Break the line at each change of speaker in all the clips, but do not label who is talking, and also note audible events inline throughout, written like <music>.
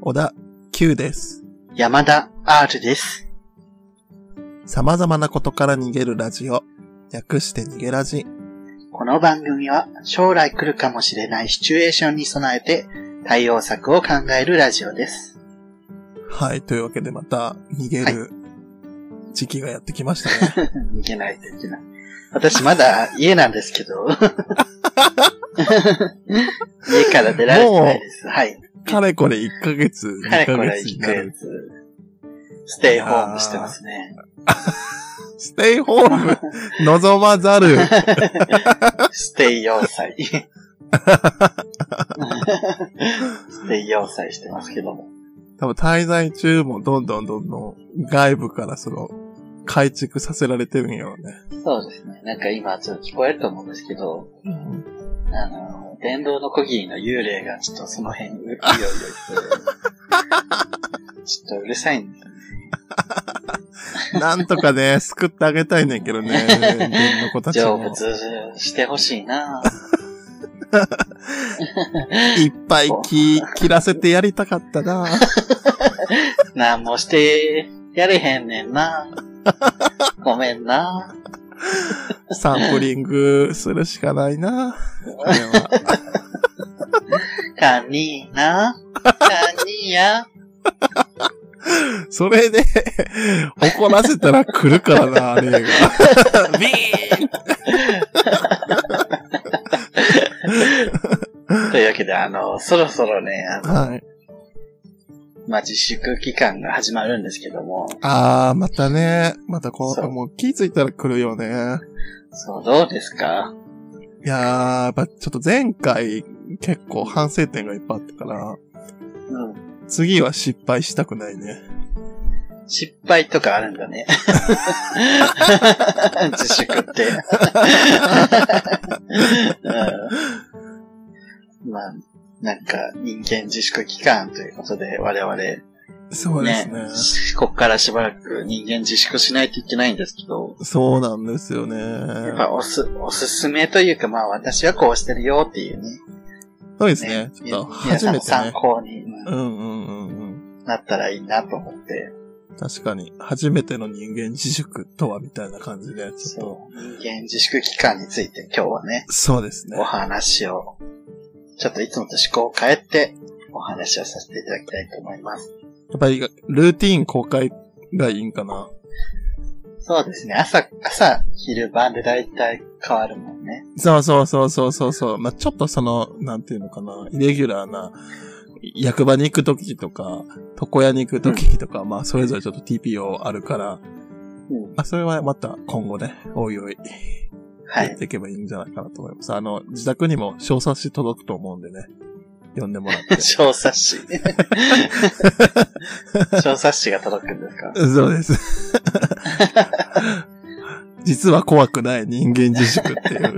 小田 Q です。
山田 R です。
様々なことから逃げるラジオ。略して逃げラジ。
この番組は将来来るかもしれないシチュエーションに備えて対応策を考えるラジオです。
はい。というわけでまた逃げる時期がやってきましたね。 <laughs>
逃げないといけない。私まだ家なんですけど。家から出られてないです。はい。
かれこれ1ヶ月、
か
2
れこ
ヶ
れ
月に
1
な
ヶ
る。
月、ステイホームしてますね。
ステイホー
<laughs>
ム、望まざる。
ステイ要塞。ステイ要塞してますけども。
多分滞在中もどんどんどんどん外部からその、改築させられてるんやろうね。
そうですね。なんか今ちょっと聞こえると思うんですけど、あの、電動のコギーの幽霊がちょっとその辺にうろうろいて、ちょっとうるさいんですよね。
なんとか
<laughs>
ね、救ってあげたいねんけどね、人間 <laughs> の子たち
成
も。
仏してほしいなぁ
いっぱい切切らせてやりたかったな。
なんもしてやれへんねんなぁごめんなぁ
サンプリングするしかない
<laughs>
な。これは
カニーなカニーや
それで、怒らせたら来るから
<laughs>
な、あれが。ビーン
というわけで、あの、そろそろね、あの
はい。
まあ、自粛期間が始まるんですけども、
あー、またね、またこ
そう
う、もう気づいたら来るよね。
そう、どうですか
いやー、やっぱちょっと前回結構反省点がいっぱいあったから、
うん。
次は失敗したくないね。
失敗とかあるんだ
<laughs>
ね。自粛って。うんまあ、なんか、人間自粛期間ということで、我々ね、
そうですね。
こっからしばらく人間自粛しないといけないんですけど、
そうなんですよ
やっ
ね。
ぱおす、おすすめというか、まあ私はこうしてるよっていうね。
そうですね。ちょっと
皆
初
さん
め
の
て
参
ね。
考にうん
うんうんうんうん。
なったらいいなと思って、
確かに、初めての人間自粛とはみたいな感じで、ちょっと。
そう、人間自粛期間について今日はね、
そうですね
お。話を、ちょっといつもと思考を変えて、お話をさせていただきたいと思います。
やっぱり、ルーティーン公開がいいんかな。
そうですね。朝、朝、昼晩でだいたい変わるもんね。
そうそうそうそうそうそう。まあ、ちょっとその、なんていうのかな、イレギュラーな、役場に行くときとか、床屋に行くときとか、まあ、それぞれちょっと TPO あるから、
うん。
まあ、それはまた今後ね、おいおい、
は
やっ
い。
ていけばいいんじゃないかなと思います。あの、自宅にも小冊子届くと思うんでね、読んでもらって。
小冊 <laughs> 子。小冊子が届くんですか
そうです。実は怖くない人間自粛っていう、あ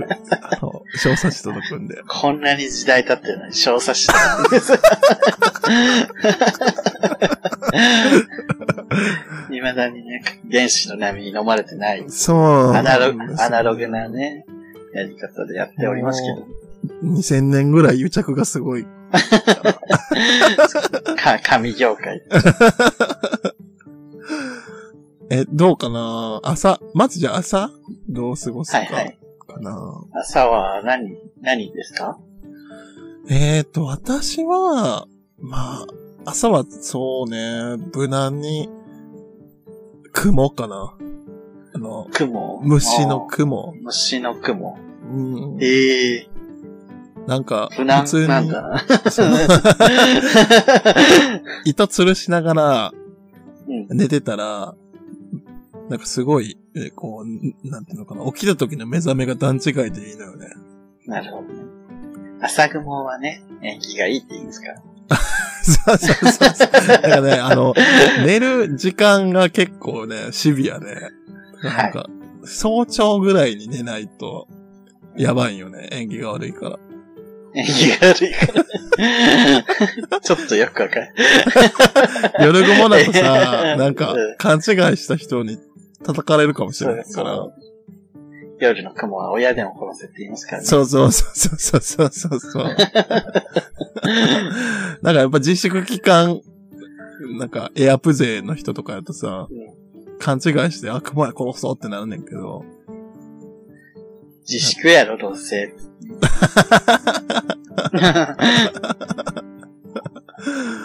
の、小冊子届くんで。
こんなに時代経ってるのに小冊 <laughs> 子なんです。未だにね、原子の波に飲まれてない
そう。
アナログ、アナログなね、やり方でやっておりますけ
2000年ぐらい癒着がすごい。
ど、か、紙業界。
え、どうかな朝、まずじゃあ朝どう過ごすか
はいはい。
かな
朝は何、何ですか
えーと、私は、まあ、朝はそうね、無難に、雲かなあの、
雲。
虫の雲。
あー。虫の雲。
うん。
ええ
なんか、
ー、無難
普通に、
なんだ。
その <laughs> 糸吊るしながら
<laughs> うん
寝てたら、なんかすごい、えこう、んなんていうのかな、起きた時の目覚めが段違いでいいのよね。 <laughs>
なるほどね。朝雲はね、縁起がいいって言うんですか
そうそうそうそう。だからね、あの、寝る時間が結構ね、シビアで、なんか、早朝ぐらいに寝ないと、やばいよね。縁起が悪いから。
縁起が悪
<laughs>
いから。ちょっとよくわかる。、
夜雲だとさ
<laughs>
なんか
うん、
勘違いした人に叩かれるかもしれないから。
夜の雲は親でも殺せって言いますからね。
そうそうそうそうそうそうそう。なんかやっぱ自粛期間なんか、エアプ勢の人とかやとさ、
うん
勘違いして悪魔や殺そうってなるねんけど、
自粛やろ、ど
<laughs>
うせ。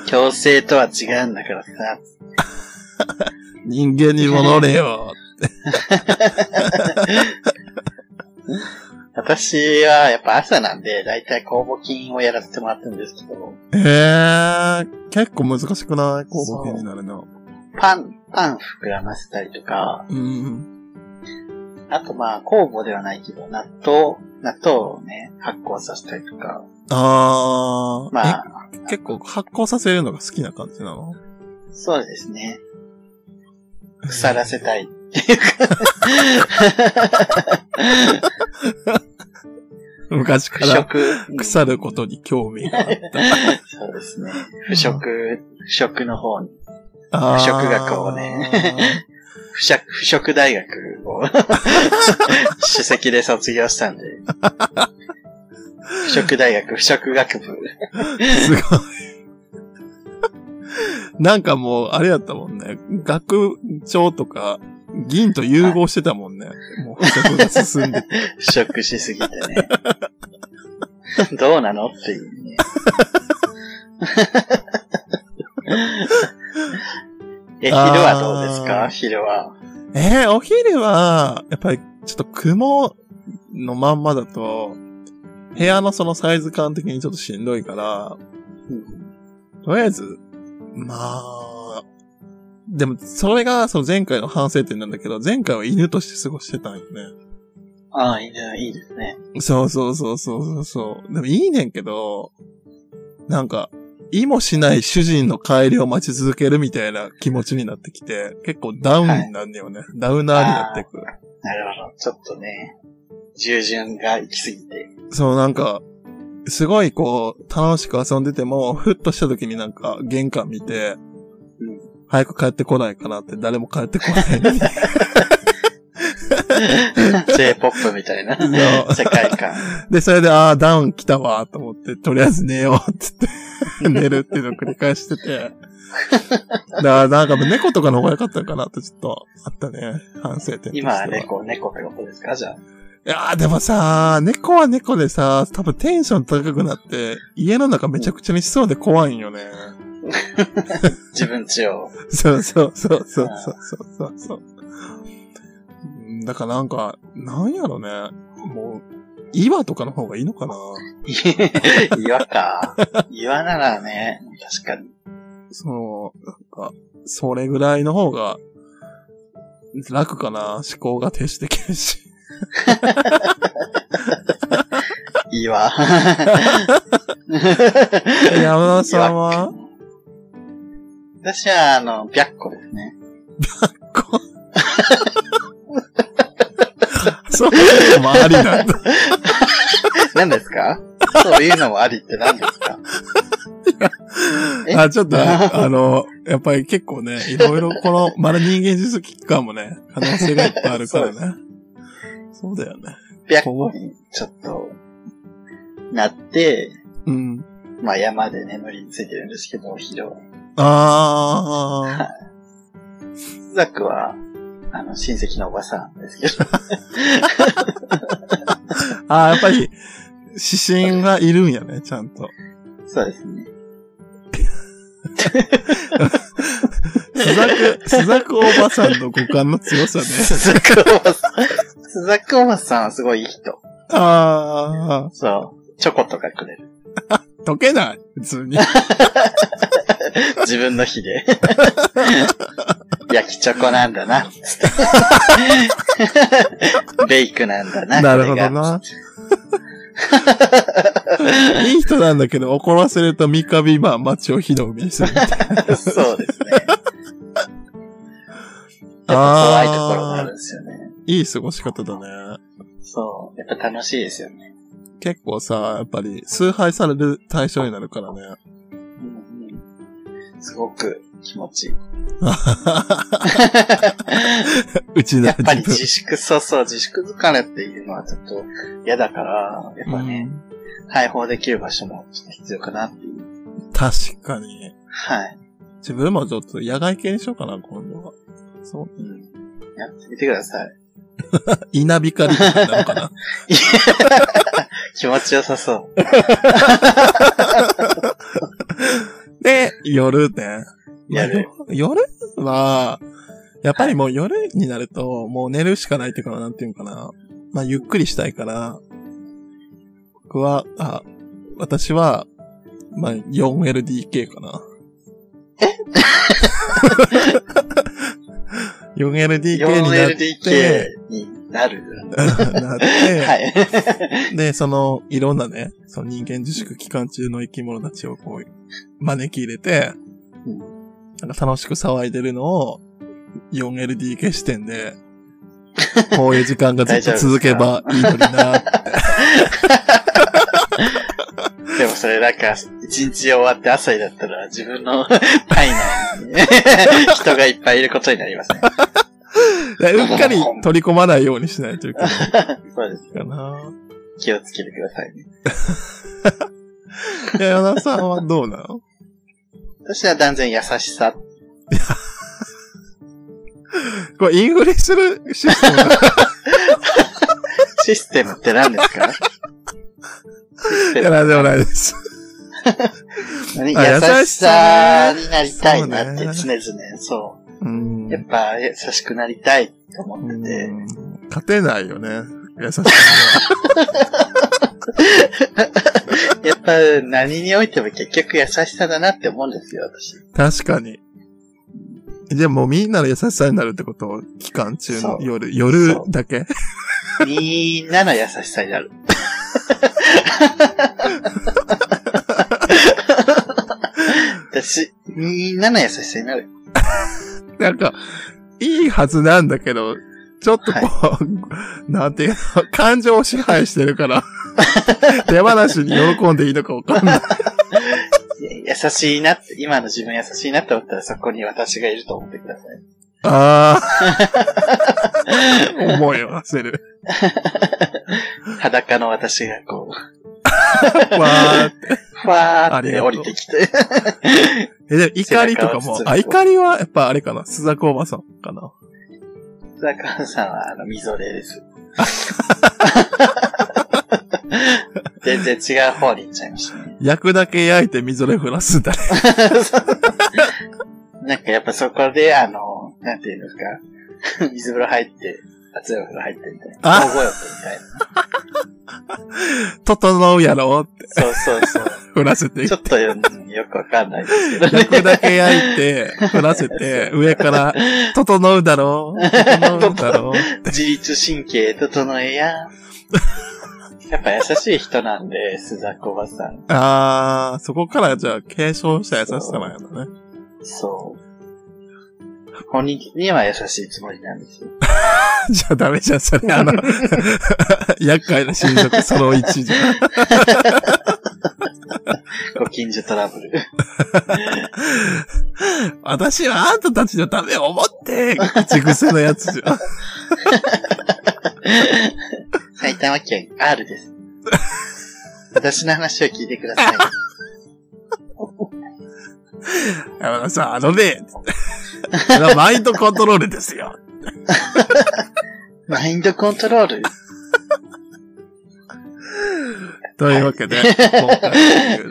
強制とは違うんだからさ。
人間に戻れよ。
私はやっぱ朝なんで、だいたい酵母菌をやらせてもらってるんですけど、
えー、結構難しくないこう、気になるの。
パン、パン膨らませたりとか、
うん。
あとまあ酵母ではないけど、納豆、納豆をね、発酵させたりとか、
あー、
まあ、
え結構発酵させるのが好きな感じなの
そうですね。腐らせたいっていうか、
<laughs> 昔か
腐
ら
食。
腐ることに興味があった。
そうですね。腐食、腐食の方に、
あー腐
食学をね。腐食、腐食大学
<laughs>
を主席で卒業したんで。腐食大学、腐食学部。
すごい。なんかもう、あれやったもんね。学長とか、銀と融合してたもんね。もう、腐食が進んでて。
腐食しすぎてね。どうなのっていう
<laughs>
ね。え、昼はどうです
あー
か昼は。
えーお昼は、やっぱり、ちょっと雲のまんまだと、部屋のそのサイズ感的にちょっとしんどいから、
うん
とりあえず、まあ、でも、それが、その前回の反省点なんだけど、前回は犬として過ごしてたんよね。
ああ、いいね、いいですね。
そうそうそうそうそうそう。でもいいねんけど、なんか、意もしない主人の帰りを待ち続けるみたいな気持ちになってきて、結構ダウンなんだよね。ダウナーになってく。
なるほど。ちょっとね、従順が行き過
<laughs>
ぎて。
そうなんか、すごいこう、楽しく遊んでても、ふっとした時になんか玄関見て、
うん
早く帰ってこないかなって誰も帰ってこないのに。
J-POP みたいな
そう
世界観。
で、それで、ああ、ダウン来たわ、と思って、とりあえず寝よう、っつって、寝るっていうのを繰り返してて。だから、なんか猫とかの方が良かったのかなって、ちょっと、あったね。反省点 <laughs> としては。
今は猫、猫ってことですかじゃあ。
いやーでもさー、猫は猫でさー、多分テンション高くなって、家の中めちゃくちゃにしそうで怖いんよね。
自分ちを。
そうそうそうそうそうそうそう。うんだからなんか、なんやろね。もう、岩とかの方 <laughs> がいいのかな
岩か。岩ならね、確かに。
その、なんか、それぐらいの方が、楽かな思考が停止できるし。
岩。
<laughs> 山田さん
<laughs>
は
私は、あの、白個ですね。
こそういうのもありなんだ。
何ですかそういうのもありって何ですかえ
あ、ちょっと、あの、やっぱり結構ね、いろいろこの、まだ人間術期間もね、可能性がいっぱいあるからね。そうだよね。
白個にちょっと、なって、
うん。
まあ山で眠りについてるんですけど、昼は。
あ
ザクは、あの、親戚のおばさんですけど。
ー。あー、やっぱり、指針がいるんやね、ちゃんと。
そうですね。
スザク、スザクおばさんの五感の強さね。
<laughs> 鈴木おばさん。鈴木おばさんはすごいいい人。
あ
そう。チョコとかく
<laughs>
れる。
あ、溶けない普通
<laughs>
に。
自分の
<laughs>
火で。焼きチョコなん
<laughs>
だな。ベイクなんだな。
なるほ
これ
ど
が。
な。いい人なんだけど、怒らせると三日まあ街を火の海にするみたいな。 <laughs>
そうですね。やっぱ <laughs> 怖いところがあるんですよね。
いい過ごし方だね。
そう。やっぱ楽しいですよね。
結構さ、やっぱり崇拝される対象になるからね。
うんうんすごく気持ちいい。
うちの
やっぱり
自分
自粛、そうそう、自粛疲れっていうのはちょっと嫌だから、やっぱね、解放できる場所もちょっと必要かなっていう。
確かに。
はい。
自分もちょっと野外系にしようかな、今度は。そう。
うん。やってみてください。
稲光ってなのかな
気持ちよ
<laughs>
さそう。
で、夜ね。まあ
夜。
夜は、やっぱりもう夜になると、もう寝るしかないっていうか、なんていうのかな。まあ、ゆっくりしたいから、僕は、あ、私は、まあ、4LDK かな。4LDK になって、
4LDK になる。
<laughs> なって、
はい。 <laughs>
で、その、いろんなね、その人間自粛期間中の生き物たちをこう、招き入れて
うん、
なんか楽しく騒いでるのを、4LDK 視点で、こういう時間がずっと続けばいいのになって。
でもそれなんか、一日終わって朝になったら自分の <laughs> 体内に人がいっぱいいることになりますね。
でうっかり取り込まないようにしないといけない
そうです。
かな。
気をつけてくださいね。
いや、矢田さんはどうなの
私は断然優しさ。
これインフレするシステムだ
システムって何ですかシステ
か
ム
らでもないです。
何
あ優しさ
優しさになりたいなって常々、そうう。
ん。
やっぱ優しくなりたいと
う
思ってて。
ん勝てないよね。優しく
やっぱ何においても結局優しさだなって思うんですよ、私。
確かに。じゃあもうみんなの優しさになるってこと期間中
そ
の
う
夜、夜だけ <laughs>
みんなの優しさになる。私、みんなの優しさになる。
なんか、いいはずなんだけど、ちょっとこう、 <laughs> なんていうの、感情を支配してる
<laughs>
から、手放しに喜んでいいのかわかんない。
優しいなって、今の自分優しいなって思ったらそこに私がいると思ってください。
ああ、思いを馳せる。
裸の私がこう、
わー
ふわー
あ
っ
り
て
がとう
降りてきて。
え、でも怒りとかも
背中を包、む
あ、怒りはやっぱあれかな、須坂おばさんかな。
ザカンさんは、あの、みぞ
<laughs>
れです。全然違う方に行っちゃいましたね。
焼くだけ焼いてみぞれ降らすんだね。 <laughs>
なんかやっぱそこで、あの、なんていうんですか、 <laughs> 水風呂入って、熱いお風呂入ってみたいな。
あ
大声をみたいな。
整うやろって
そうそうそう。
降らせていく
ちょっとようんよくわかんないですけどね
焼。くだけ焼いて、降らせて、上から、整うだろ
<laughs>
う整うだろう
自律神経整えや。やっぱ優しい人なんで、スザコバさん。
あー、そこからじゃあ継承した優しさなんやろね。 <laughs>
そう。本人には優しいつもりなんですよ。
じゃあダメじゃん、それ。あの、 <laughs> 厄介な親族その1じゃん。 <laughs>
ご近所トラブル。
私はあんたたちのためを思って、口癖のやつじゃん。 <laughs>
埼玉県 R です。私の話を聞いてください。
山田さん、あのね、あの <laughs> マインドコントロールですよ。
マインドコントロール。
というわけ
<laughs>
で、今回の理由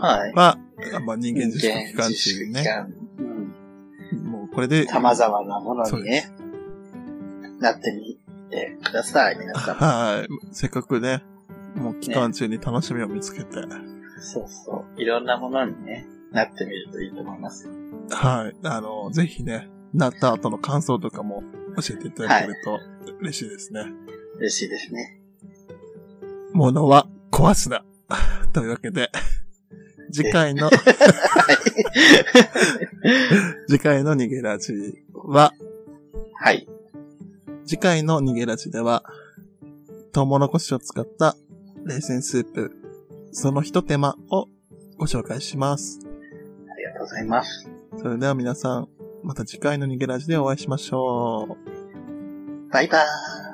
はい。
は、まあ、人間自粛期間中
人
ね、
間自粛期間うん
もうこれで、
様々なものにね、なってみてください、皆さん。
はい。せっかくね、もう期間中に楽しみを見つけて、
そうそう。いろんなものにね、なってみるといいと思います。
はい。あの、ぜひね、なった後の感想とかも教えていただけると嬉しいですね。
嬉しいですね。
ものは壊すな。 <laughs> というわけで、次回の、次回の逃げラジは、
はい。
次回の逃げラジでは、トウモロコシを使った冷泉スープ、その一手間をご紹介します。
ありがとうございます。
それでは皆さん、また次回の逃げラジでお会いしましょう。
バイバーイ。